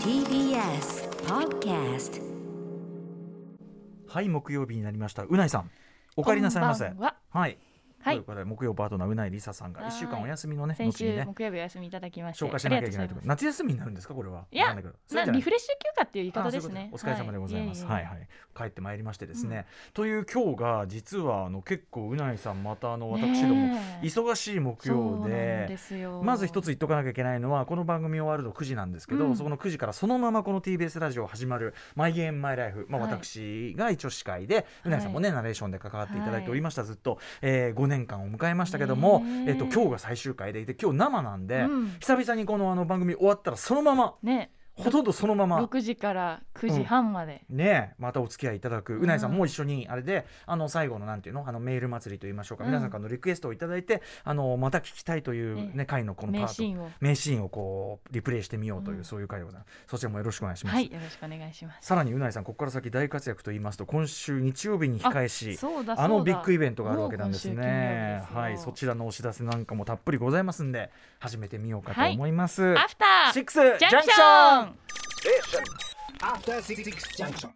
TBS Podcast はい木曜日になりましたうないさんお帰りなさいませこんばんははい、とはい。いうことで木曜パートナーうないりささんがはー一い週間お休みのね先後に週ね木曜日お休みいただきまして、消化しなきゃいけないありとがこうござろ夏休みになるんですかこれはいやわかんなけどそうますじなゃなリいフレッシュ休暇っていう言いあ方そういでうこすとね。お疲れ様でございます。ははいいええはい。帰ってまいりましてですうんね。という今日が実はあの結構うないさんまたあのねえ私ども忙しい木曜そうなんでで。すよまず一つ言っとかなきゃいけないのはこの番組終わるの9時なんですけど、うんそこの9時からそのままこの TBS ラジオ始まる「マイ・ゲーム・マイ・ライフ」まあ、はい私が一応司会でうなぎさんもね、ナレーションで関わっていただいておりました、ずっと、え5年間を迎えましたけども、ねええっと今日が最終回でいて今日生なんで、うん久々にこのあの番組終わったらそのままね、ほとんどそのまま6時から9時半まで。ねえまたお付き合いいただくんうないさんも一緒にあれであの最後のなんていうのあのメール祭りと言いましょうか、うん皆さんからのリクエストをいただいてあのまた聞きたいという、ねね回のこのパ名シートーンを。名シーンをこうリプレイしてみようという、うんそういう回でございますそちらもよろしくお願いします、はい、よろしくお願いします。さらにうないさんここから先大活躍と言いますと今週日曜日に控えしそうだそうだ。あのビッグイベントがあるわけなんですもう今週金曜ね日ですよはいそちらのお知らせなんかもたっぷりございますんで始めてみようかとはい思います、アフタシッークスジジャャンンククシショョンン。 After Six Junction.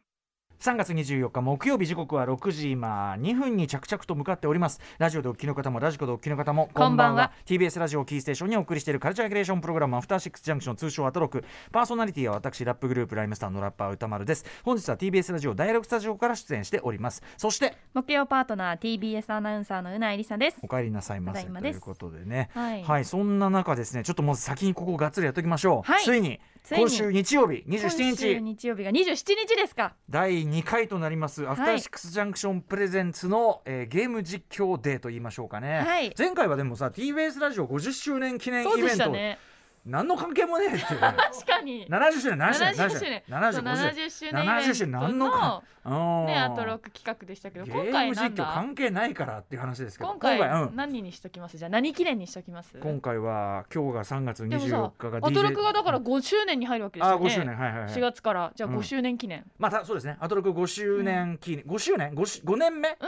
3月24日木曜日時刻は6時今2分に着々と向かっておりますラジオでお聞きの方もラジコでお聞きの方もこんばんは TBS ラジオをキーステーションにお送りしているカルチャーキュレーションプログラムアフターシックスジャンクション通称アトロクパーソナリティは私ラップグループライムスターのラッパー歌丸です本日は TBS ラジオ第6スタジオから出演しておりますそして木曜パートナー TBS アナウンサーのうないりさです。お帰りなさいまたせだといまいですうことでねはいはい、そんな中ですねちょっともう先にここをがっつりやっときましょう、はいついについに今週日曜日今27週日日曜日が27日ですか。第2回となります、アフターシックスジャンクションプレゼンツの、えーゲーム実況デーと言いましょうかね、はい前回はでもさ TBS ラジオ50周年記念イそうでベしンたト、ね。何の関係もねえっていう 確かに。 70周年何周年70周年。 70そ周う年50 70周年イベント。 70周年何のかうんね、アトロック企画でしたけど、ゲ今回ーム実なん況だ関係ないからっていう話ですけど今回うん何にしときますじゃあ何記念にしときます今回は今日が3月で24もさ日がアトロクがだから5 5周年に入るわけですあよ5周年ねはいはい、はい、 4月からじゃあうん5周年記念、まあたそうですねアトロク5周年記念、5周年 5, 5年目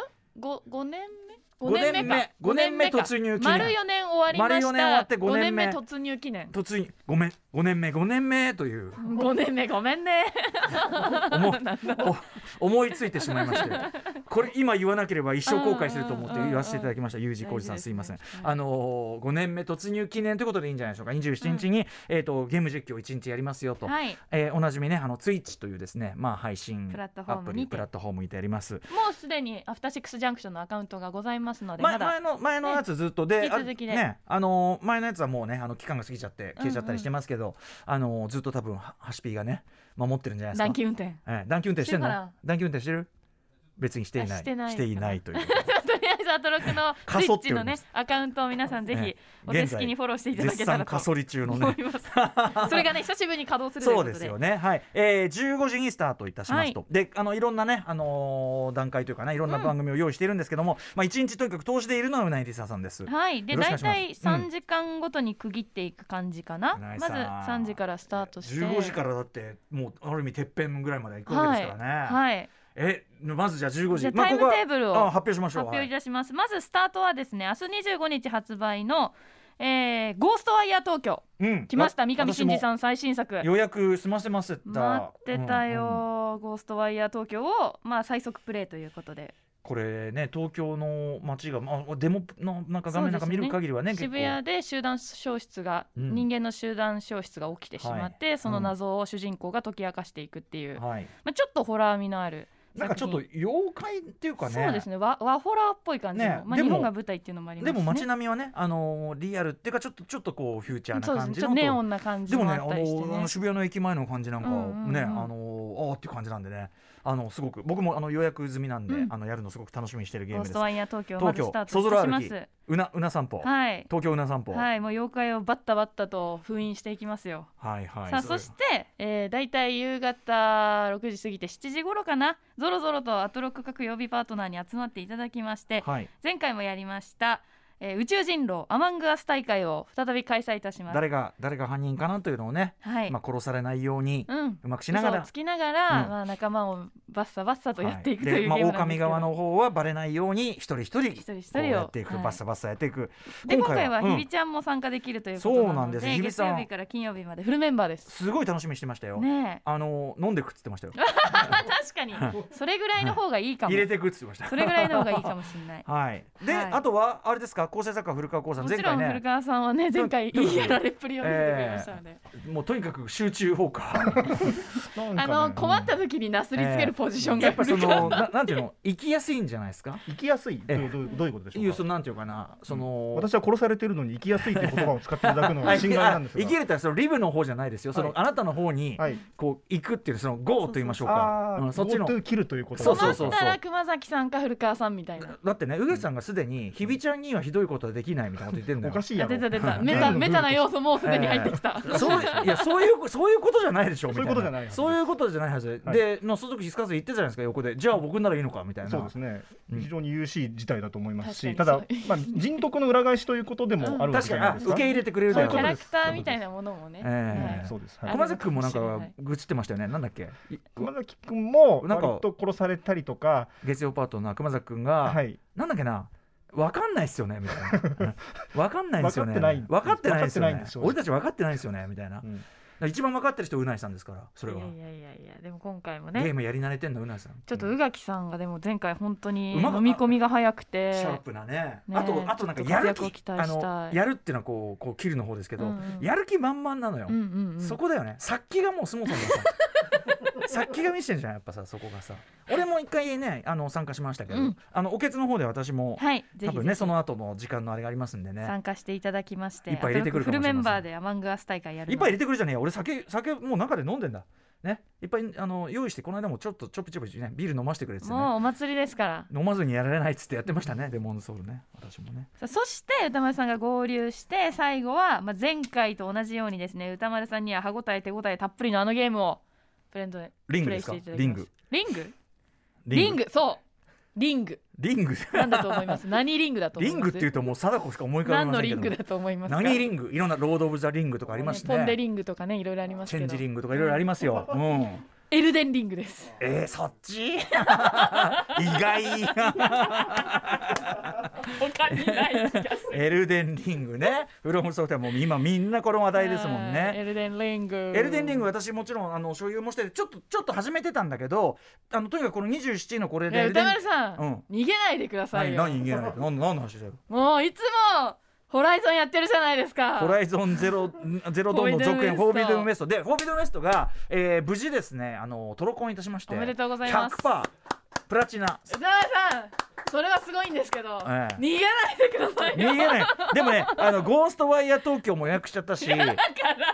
五五年目五5年年目目か五年目五か突入記念丸4年終わりました丸四年終わって五五年年目目突入記念突入ごめん5年目5年目という5年目ごめんね思 うお思いついてしまいましてこれ今言わなければ一生後悔すると思って言わせていただきました U 字工事さんすいません、大事ですねあのー、5年目突入記念ということでいいんじゃないでしょうか27日に、えー、とゲーム実況1日やりますよと、はいえーおなじみねあの Twitch というですね、まあ、配信プラットフォアームプにリてプラットフォームにてやりますもうすでにアフターシックスジャンクションのアカウントがございますので前ま前だの前のやつずっとで,引きあ、続きでねあのー前のやつはもうねあの期間が過ぎちゃって消えちゃったりしてますけど、あのーずっと多分はハシピーがね守ってるんじゃないですか暖気運転ええ、暖気運転してんのしてるかな暖気運転してる別にしていないあしてないいないというとりあえずアトロクのスかイそッってチおのりまねすアカウントを皆さんぜえひえお手すきにフォローしていただけ絶たら賛とかそり中の思ねいます。 それがね久しぶりに稼働するというそこうとでで。すよね、はいえー、15時にスタートいたしますと、であのいろんなね、あのー段階というかねいろんな番組を用意しているんですけども、まあ、1日とにかく通しているのはうなぎりささんです。はい。でよろしく大お願い体しますうん三時間ごとに区切っていく感じかな。ナイスまさずん三時からスタートして。 15時からだってもうある意味てっぺんぐらいまで行くわはけい。ですからね、はい。えまずじゃあ15時じゃあまあタイムここはテーブルをあ発表しましょう発表いたします。まずスタートはですね明日二十五日発売の、えー、ゴーストワイヤー東京はいうん来ました三上真司んさん最新作。予約済ませませた待ってたようんうんー、ゴーストワイヤー東京を、まあ、最速プレイということでこれね東京の街が、まあ、デモのなんか画面なんか見る限りはね渋谷で集団消失が、うん人間の集団消失が起きてしまって、その謎を主人公が解き明かしていくってい結う、ま構、はい、あ、ちょっとホラー味のあるなんかちょっと作妖怪っていうかねそうですね和和ホラーっぽい感じの、ねまあ、でも日本が舞台っていうのもありますでし、ね、も街並みはね、あのーリアルっていうかちょっとちょっとこうフューチャーなそうです感ねじちょのっとネとオンな感じでももねああっのたりしてーあねの渋谷の駅前の感じなんかね、うんうんうんあのーあーっていう感じなんでねあのすごく僕もあの予約済みなんで、うんあのやるのすごく楽しみにしてるゲーゴムーでスすトワイヤー東京ま東ず京スタートそぞいろたしま歩きすうなうな散歩、はい東京うな散歩はいもう妖怪をバッタバッタと封印していきますよはいはいさあそして、えー、大体夕方6時過ぎて7時頃かなぞろぞろとアトロック各曜日パートナーに集まっていただきまして、はい前回もやりました、えー宇宙人狼アマングアス大会を再び開催いたします。誰が誰が犯人かなというのをね、はい、まあ、殺されないようにうん、うまくしながら嘘をつきながら、うんまあ、仲間をバッサバッサとやっていくとはいうでゲーまあ、ムなんで狼すけど、側の方はバレないように一人一人一人一人こうをやっていく、はいバッサバッサやっていくで今回はうん日比ちゃんも参加できるということそうななんのでで,、す日比月さん曜日から金曜日までフルメンバーです。すごい楽しみにしてましたよ、ねえあの飲んでくっつってましたよあ確かにそれぐらいの方がいいかも入れてくっつってました。それぐらいの方がいいかもしれな いはいで、はいあとはあれですか構成作家古川光さんも前ちろ回んね古川さんはね前回とということいいでやられっぷりを見せてくれましたので、もうとにかく集中砲火なんあかねの困った時になすりつけるポジションがやっぱ古そ 川のななんていうの生きやすいんじゃないですか行きやすいどえうえどうどういうことでしいょううそか。のなんていうかなその、私は殺されてるのに行きやすいという言葉を使ってるだけの あ侵害なんです生きが。れたらそのリブの方じゃないですよその、はいあなたの方にはい。こう行くっていうその GO と言いましょうかあうあん、そっちの Go to 切るということそう困そうっそうたら熊崎さんか古川さんみたいな。だってね、上地さんがすでに、日比ちゃんにはひどいことはできないみたいなこと言ってるんだおよ。かしいあやろ。出た出たうんメゲータムのメタな要素もうすでに入ってきた。 そういやそういうそういうことじゃないでしょみたいなそういうことじゃないはずそういうことじゃないはず、はいでの鈴木ひすかず言ってたじゃないですか横でじゃあ僕ならいいのかみたいなそうですね、うん非常に有しい事態だと思いますし、確たかにだ、まあ、人徳の裏返しということでもあるわけ確じかゃになあいです受か。け入れてくれるキだそうろうャいうことラでクすターみたいなものもね。ええはいそうです、あはい、駒崎君もなんあるのかもしかれない愚痴ってましたよねなんだっけい熊崎君もなん割かと殺されたりとか、月曜パートの熊崎君が、はい、なんだっけなわかんないっすよねみたい なうんわかんないんですよねわかってないわかってないっすよわかってないんねですよ俺たちわかってないっすよねみたいな、だうかんら一番わかってる人うないさんですからそれは、いやいやいやいやでも今回もゲねームやり慣れてんのうないさんちょっと宇垣さんがでも前回本当にうまかった飲み込みが早くてシャープなねねあとあとなんかやるちょっと活躍を気期あ待したいのやるっていうのはこうこう切るの方ですけど、うんうんやる気満々なのよ、うんうんうんそこだよね殺気がもうそも そもさ殺気が見せてんじゃんやっぱさそこがさ俺も一回ねあの参加しましたけど、うんあのおけつの方で私も、はいぜ多ひ分ぜねひその後の時間のあれがありますんでね参加していただきましていっぱい入れてくるかもしれませんフルメンバーでアマングアス大会やるいっぱい入いれてくるじゃねえよ俺酒酒もう中で飲んでんだねいっぱいあの用意してこの間もちょっとちょぴちょぴねビール飲ませてくれっつって、ね、もうお祭りですから飲まずにやられないっつってやってましたねデモンズソウルね私もねさそして歌丸さんが合流して最後は、まあ、前回と同じようにですね歌丸さんには歯ごたえ手応えたっぷりのあのゲームをプレントでリングプレでイすしてかいただリきンまグすリングリングそうリングリ ングなんだと思 います何リングだと思いリますングっていうともう貞子しか思い浮かべ何ませのんリけンどグだと思いますか何リングいろんなロード・オブ・ザ・リングとかありますしポンデねリングとかねいろいろありますチけェどンジリングとかいろいろありますよ、うん、エルデンリングですえー、そっち 意外他にない気がするエルデンリングねフロムソフトはもう今みんなこの話題ですもんはいねエルデンリングエルデンリング私もちろんあの所有もしててちょっとちょっと始めてたんだけどあのとにかくこの27のこれいでエやルデ歌ン丸さん、うん逃げないでください何よ何言えない何何の話だよもういつもホライゾンやってるじゃないですかホライゾンゼロゼロドンの続編、フォーフォービビドドンンウウエストで、フォービドンウエストが、えー、無事ですね、あのトロコンいたしまして、おめでとうございます100%プラチナ。歌丸さんそれはすごいんですけど、ええ逃げないでください逃よげない。でもね、あのゴーストワイヤー東京も予約しちゃったし、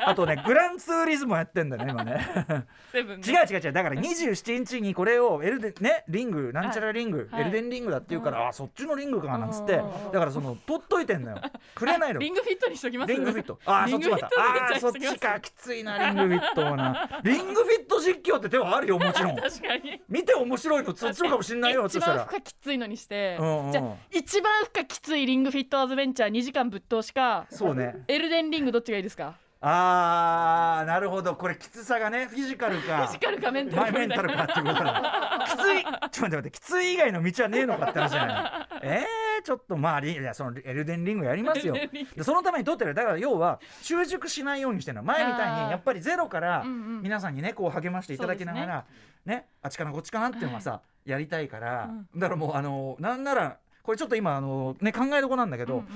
あとね、グランツーリズムもやってんだよね今 ね。セブン違う違う違う。だから27日にこれをエルデンねリングなんちゃらリング、はいエルデンリングだって言うから、あそっちのリングかなんつってうんうんうん、だからその取っといてんのよ。くれないの。 リングフィットにしときますリングフィット。あー、リそンっグちフィまた。ットであー、そっちか。きついな、リングフィットは な。リングフィット実況って手はあるよ、もちろん。確かに見て面白いの、そっちのかもしんないよ、そし一た番ら負。荷きついのにして、うんうんじゃあ一番負荷きついリングフィットアドベンチャー2時間ぶっ通しかそうね。エルデンリングどっちがいいですかあー、なるほど。これ、きつさがね、フィジカルか。フィジカルかメンタルマイかメンタルかっていうことだ。きつい。ちょっと待って待って、きつい以外の道はねえのかって話じゃない。 えー、ちょっとまあ、リいや、そのエルデンリングやりますよエルデンリン。でそのために取ってる。だから要は、習熟しないようにしてるの。前みたいに、やっぱりゼロからうんうん皆さんにね、こう励ましていただきながら、ねあっちかなこっちかなっていうのはさ、やりたいから、だからもう、あの、なんなら、これちょっと今、あの、ね、考えどこなんだけど、うんうん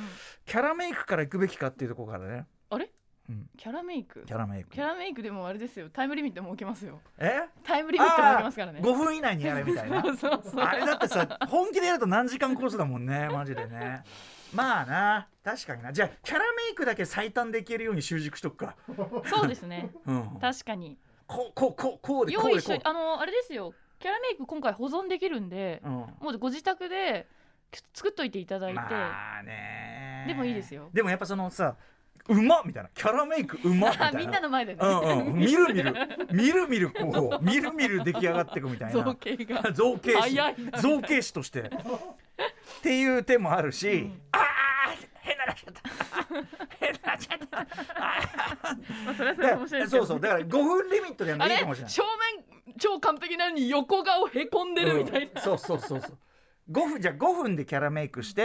キャラメイクから行くべきかっていうところからね。あれうん、キャラメイクキャラメイク。キャラメイクでもあれですよタイムリミットも置けますよえタイムリミットも置けあますからね5分以内にやれみたいな。 そうそうあれだってさ本気でやると何時間コースだもんねマジでねまあな確かになじゃあキャラメイクだけ最短でいけるように習熟しとくか、そうですねうん、確かにこうこうこうこうでこ用う意でしことういあのあれですよキャラメイク今回保存できるんで、うんもうご自宅で作っといていただいて、 まあねでもいいですよでもやっぱそのさうまっみたいなキャラメイクうまっみたいな みんなの前でね、うんうん、みるみるみるみるこうみるみる出来上がっていくみたいな造形 が造形師早いな造形師としてっていう手もあるし、ああーらちゃった 減らちゃったまあそれはそれで面白いだでそうすそうだから5分リミットであもいいれかもしれない正面超完璧なのに横顔へこんでるみたいうな、んそうそうそうそう5分じゃあ5分でキャラメイクして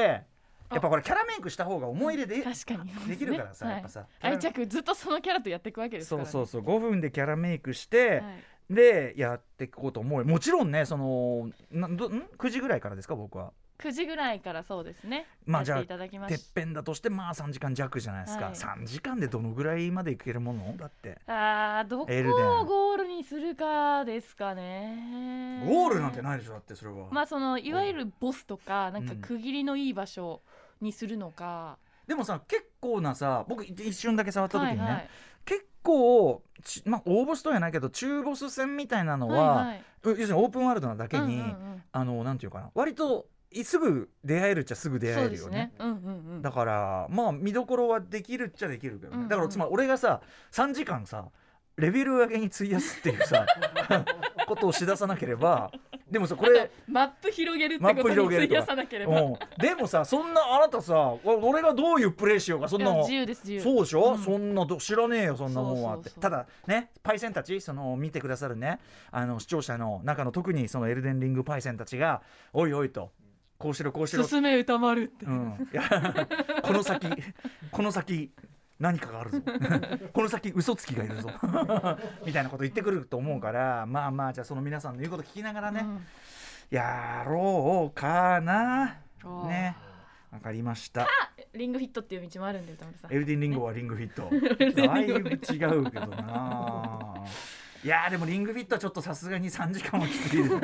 やっぱこれキャラメイクした方が思い入れで確かにできるからさはいやっぱさ愛着ずっとそのキャラとやっていくわけですかそらうね、そうそう5分でキャラメイクして、はいでやっていこうと思うよもちろんねそのなどん9時ぐらいからですか僕は9時ぐらいからそうですね。まあじゃあやっていただきまてっしぺんだとしてまあ3時間弱じゃないですか、はい3時間でどのぐらいまでいけるものだってああどこエルデンをゴールにするかですかね。ゴールなんてないでしょだってそれは、まあそのいわゆるボスとかなんかうん区切りのいい場所にするのか。でもさ結構なさ僕い一瞬だけ触った時にね、はいはい結構ちまあ大ボスとはないけど中ボス戦みたいなのは、はいはい、要するにオープンワールドなだけに、うんうんうんあのなんていうかな割といすぐ出会えるっちゃすぐ出会そうえるでよすねね。うんうんうん。だからまあ見どころはできるっちゃできるけどね、うんうんだからつまり俺がさ3時間さレベル上げに費やすっていう さことをしださなければでもさこれマップ広げるってマップことに広げる費とかやさなければ。うんでもさそんなあなたさわ俺がどういうプレイしようかそんいなやの自由です自由。そうでしょ、うんそんなど知らねえよそんなもんはってそうそうそうただねパイセンたちその見てくださるねあの視聴者の中の特にそのエルデンリングパイセンたちが「おいおい」と「こうしろこうしろ」進め歌丸って。うん、い やこの先この先何かがあるぞ この先嘘つきがいるぞ みたいなこと言ってくると思うからまあまあじゃあその皆さんの言うこと聞きながらね、うんやろうかなおーねわかりましたリングフィットっていう道もあるんで歌丸さん。エルディンリンゴはリングフィッ ト、ルデンだいリンぶゴ違うけどないやーでもリングフィットはちょっとさすがに3時間はきついです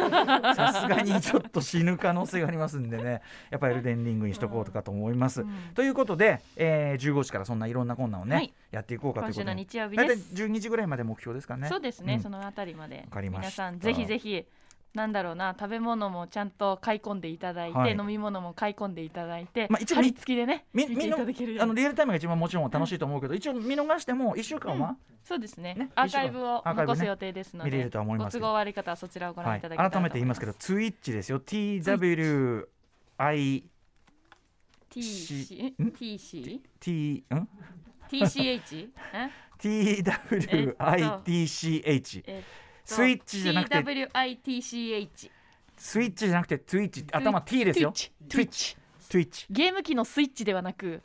さすがにちょっと死ぬ可能性がありますんでねやっぱエルデンリングにしとこうとかと思います、うんということで、えー、15時からそんないろんな困難をね、はいやっていこうかというこ今週とでの日曜日大で体す。 12時ぐらいまで目標ですかねそうですね、んそのあたりまでかりました皆さんぜひぜひなんだろうな食べ物もちゃんと買い込んでいただいて、はい飲み物も買い込んでいただいて、まあ一応張り付きでねみ見みていのただけるよあうのにリアルタイムが一番もちろん楽しいと思うけど、一応見逃しても1週間は、そうですねねアーカイブをアーカイブね残す予定ですの見で、れるとは思いますけごど都合悪い方はそちらをご覧はいい、ただきたいと改思いめます、て言いますけどツイッチですよ TWI TC ん TC T ん TCH え TWITCH えっとスイッチじゃなくて TWITCH スイッチじゃなくてツイッチって頭 T ですよ Twitch ツイッチツイッチゲーム機のスイッチではなく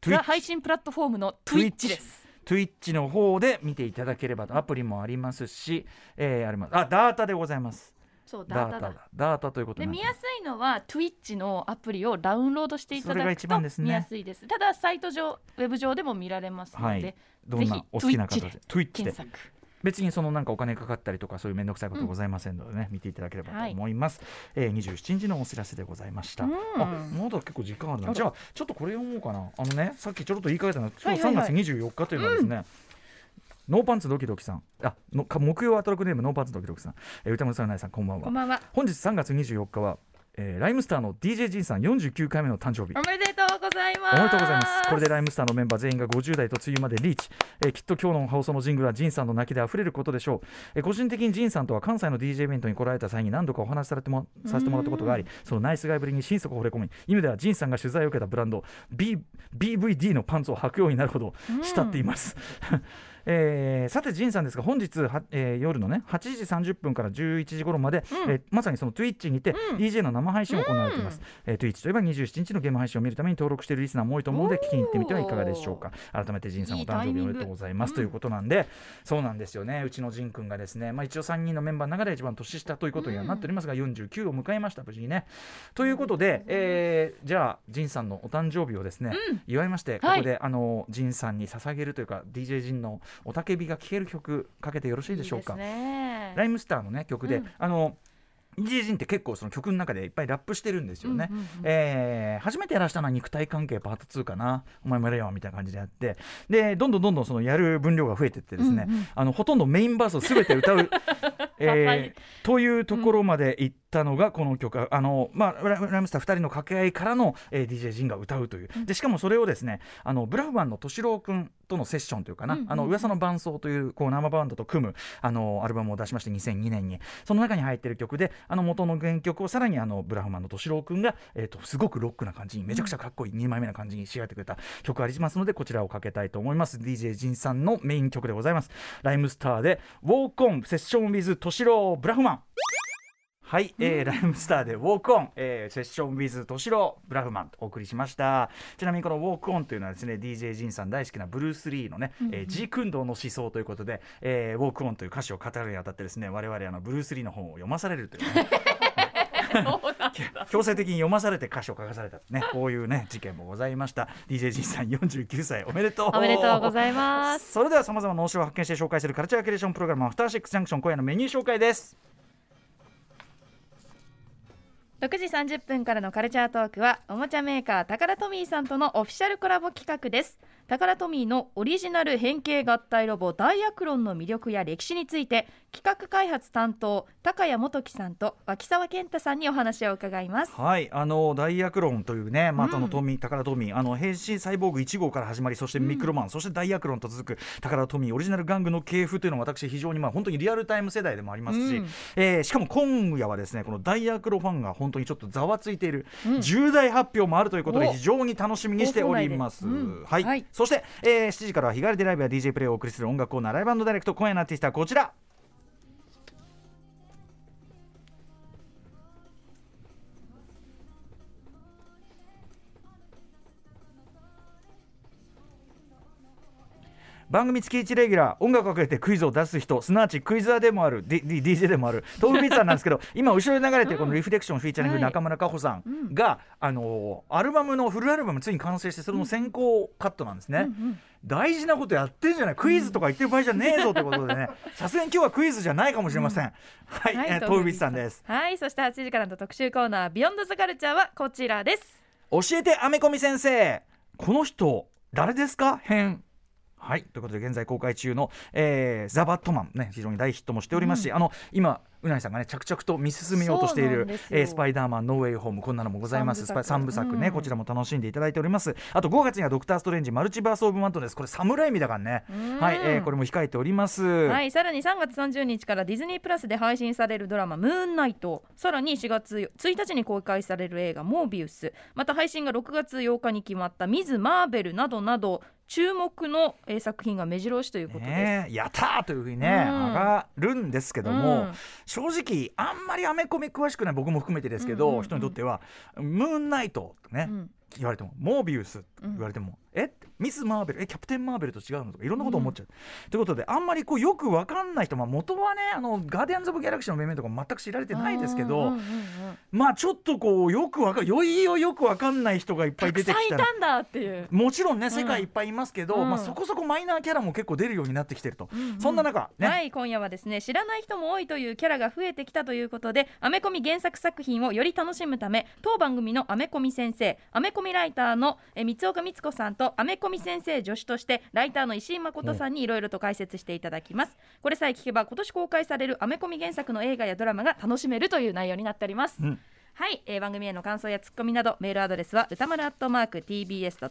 ツイッチ配信プラットフォームの Twitch ですツイッチの方で見ていただければとアプリもありますし、えー、ありますあダータでございますそうダダーータタだだダータということでなん見やすいのは Twitch のアプリをダウンロードしていたそれがだ一くと番ですね見やすいです。ただサイト上ウェブ上でも見られますので、はいどんぜなひお好きな方で Twitch で検索。別にそのなんかお金かかったりとかそういう面倒くさいことございませんのでね、見ていただければと思います、えー、27日のお知らせでございました、あまだ結構時間あるなじゃあちょっとこれ読もうかなあのねさっきちょろっと言いかけたの今日は3いはい月24日というのはですね、ノーパンツドキドキさんあのか木曜アトロクネームノーパンツドキドキさん、えー、歌丸さんうなえさんこんばんはこんばんは。本日3月24日は、えーライムスターの DJG さん49回目の誕生日おめでとうございます。おめでとうございますこれでライムスターのメンバー全員が50代と梅雨までリーチ、えーきっと今日の放送のジングルはジンさんの泣きで溢れることでしょう、えー個人的にジンさんとは関西の DJ イベントに来られた際に何度かお話しされてもさせてもらったことがありそのナイスガイぶりに心底惚れ込み今ではジンさんが取材を受けたブランド、B、BVD のパンツを履くようになるほど慕っています、えーさて、ジンさんですが、本日は、えー夜のね8時30分から11時頃まで、えーまさにその Twitch にて、DJ の生配信を行われています、えー Twitch といえば27日のゲーム配信を見るために登録しているリスナーも多いと思うので、聞きに行ってみてはいかがでしょうか。改めて、ジンさん、お誕生日おめでとうございますということなんで、そうなんですよね、うちのジン君がですね、まあ、一応3人のメンバーの中で一番年下ということにはなっておりますが、49を迎えました、無事にね。ということで、えーじゃあ、ジンさんのお誕生日をですね、祝いまして、こはいこで、あのジンさんに捧げるというか、DJ ジンのおたけびが聴ける曲、かけてよろしいでしょうか。いいですね。ライムスターのね曲で、うんあの DJ ジンって結構その曲の中でいっぱいラップしてるんですよね。うんうんうんえー初めてやらしたのは肉体関係パート2かなお前もやれよみたいな感じでやってでどんどんどんどんそのやる分量が増えてってです ね、うんうんあのほとんどメインバースを全て歌う、えー多彩というところまで行っったのがこの曲あの、まあ、ラライムスター2人の掛け合いからの、えー DJ ジンが歌うというでしかもそれをですねあのブラフマンの敏郎君とのセッションというかな、うんうんあの噂の伴奏というこう生バンドと組むあのアルバムを出しまして2002年にその中に入っている曲であの元の原曲をさらにあのブラフマンの敏郎君が、えー、とすごくロックな感じにめちゃくちゃかっこいい2枚目な感じに仕上げてくれた曲ありますのでこちらをかけたいと思います DJ ジンさんのメイン曲でございますライムスターで「Walk On セッション with 敏郎ブラフマン」はい、えーライムスターで「ウォークオン」えーセッション with 敏郎ブラフマンとお送りしましたちなみにこの「ウォークオン」というのはですね DJ ジンさん大好きなブルース・リーのね、えー、ジー・クンドーの思想ということで「えーウォークオン」という歌詞を語るにあたってですね我々あのブルース・リーの本を読まされるという ね強制的に読まされて歌詞を書かされたねこういうね事件もございました DJ ジンさん49歳おめでとうおめでとうございますそれではさまざまな推しを発見して紹介するカルチャーキュレーションプログラム「アフターシックス・ジャンクション」今夜のメニュー紹介です6時30分からのカルチャートークはおもちゃメーカータカラトミーさんとのオフィシャルコラボ企画ですタカラトミーのオリジナル変形合体ロボダイアクロンの魅力や歴史について企画開発担当高谷元樹さんと脇沢健太さんにお話を伺いますはい、あのダイヤクロンというね、まあ、うんあのトミー、タカラトミー、あの変身サイボーグ1号から始まり、そしてミクロマン、そしてダイヤクロンと続くタカラトミーオリジナル玩具の系譜というのは私非常にまあ本当にリアルタイム世代でもありますし、うんえーしかも今夜はですね、このダイヤクロファンが本当にちょっとざわついている、うん重大発表もあるということでお非常に楽しみにしております。放送内でうんはい、はいそして、えー7時からは日帰りでライブや DJ プレイをお送りする音楽コーナーライブダイレクト今夜のアーティストはこちら。番組月1レギュラー音楽をかけてクイズを出す人すなわちクイズアーでもある、D D、DJ でもあるトム・ビッツさんなんですけ ど今後ろで流れてるこの「リフレクション」フィーチャリングはい中村佳穂さうんんが、あのーアルバムのフルアルバムついに完成してそれの先行カットなんですね、うんうん大事なことやってんじゃないクイズとか言ってる場合じゃねえぞということで ねさすがに今日はクイズじゃないかもしれません、はい、えートム・ビッツさんですはいそして8時からの特集コーナービヨンドザカルチャーはこちらです教えてアメコミ先生この人誰ですか編はいということで現在公開中の、えーザ・バットマンね非常に大ヒットもしておりますし、あの今うなぎさんがね着々と見進めようとしていそうなんるで「すよえースパイダーマンノーウェイホーム」こんなのもございますス三部作パイ三部作ね、うんこちらも楽しんでいただいておりますあと5月には「ドクター・ストレンジマルチバース・オブ・マントネス」これ侍味だからね、うんはい、えーこれも控えております、はい、さらに3月30日からディズニープラスで配信されるドラマ「ムーンナイト」さらに4月1日に公開される映画「モービウス」また配信が6月8日に決まった「ミズ・マーベル」などなど注目のえー作品が目白押しということです。ねえ、やったーというふうにね、うん上がるんですけどうも、ん正直あんまりアメコミ詳しくない僕も含めてですけど、うんうんうん人にとっては「ムーンナイト」ってね、うん言われても「モービウス」ってうん言われても「えミス・マーベル」え「キャプテン・マーベル」と違うのとかいろんなこと思っちゃう。ということであんまりこうよくわかんない人、まあ、元はねあの「ガーディアンズ・オブ・ギャラクシー」の面々とかも全く知られてないですけど、うんうんうんまあちょっとこうよくわかよいよよくわかんない人がいっぱたいく出てさんきいたたらんだっていう。もちろんねん世界いっぱいいますけど、うんまあ、そこそこマイナーキャラも結構出るようになってきてると、うんうんそんな中ね、はい今夜はですね知らない人も多いというキャラが増えてきたということでアメコミ原作作品をより楽しむため当番組のアメコミ先生アメコミライターのえ三岡光子さんとアメコミ先生助手としてライターの石井誠さんにいろいろと解説していただきますこれさえ聞けば今年公開されるアメコミ原作の映画やドラマが楽しめるという内容になっております、うんはい、えー番組への感想やツッコミなどメールアドレスは歌丸アットマーク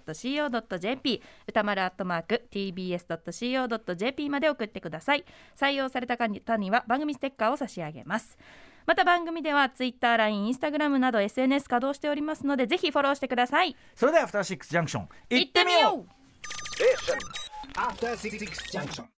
tbs.co.jp 歌丸アットマーク tbs.co.jp まで送ってください採用された方には番組ステッカーを差し上げますまた番組ではツイッター、LINE、インスタグラムなど SNS 稼働しておりますのでぜひフォローしてくださいそれでは「アフターシックス・ジャンクション」行ってみよう Station. After Six Junction.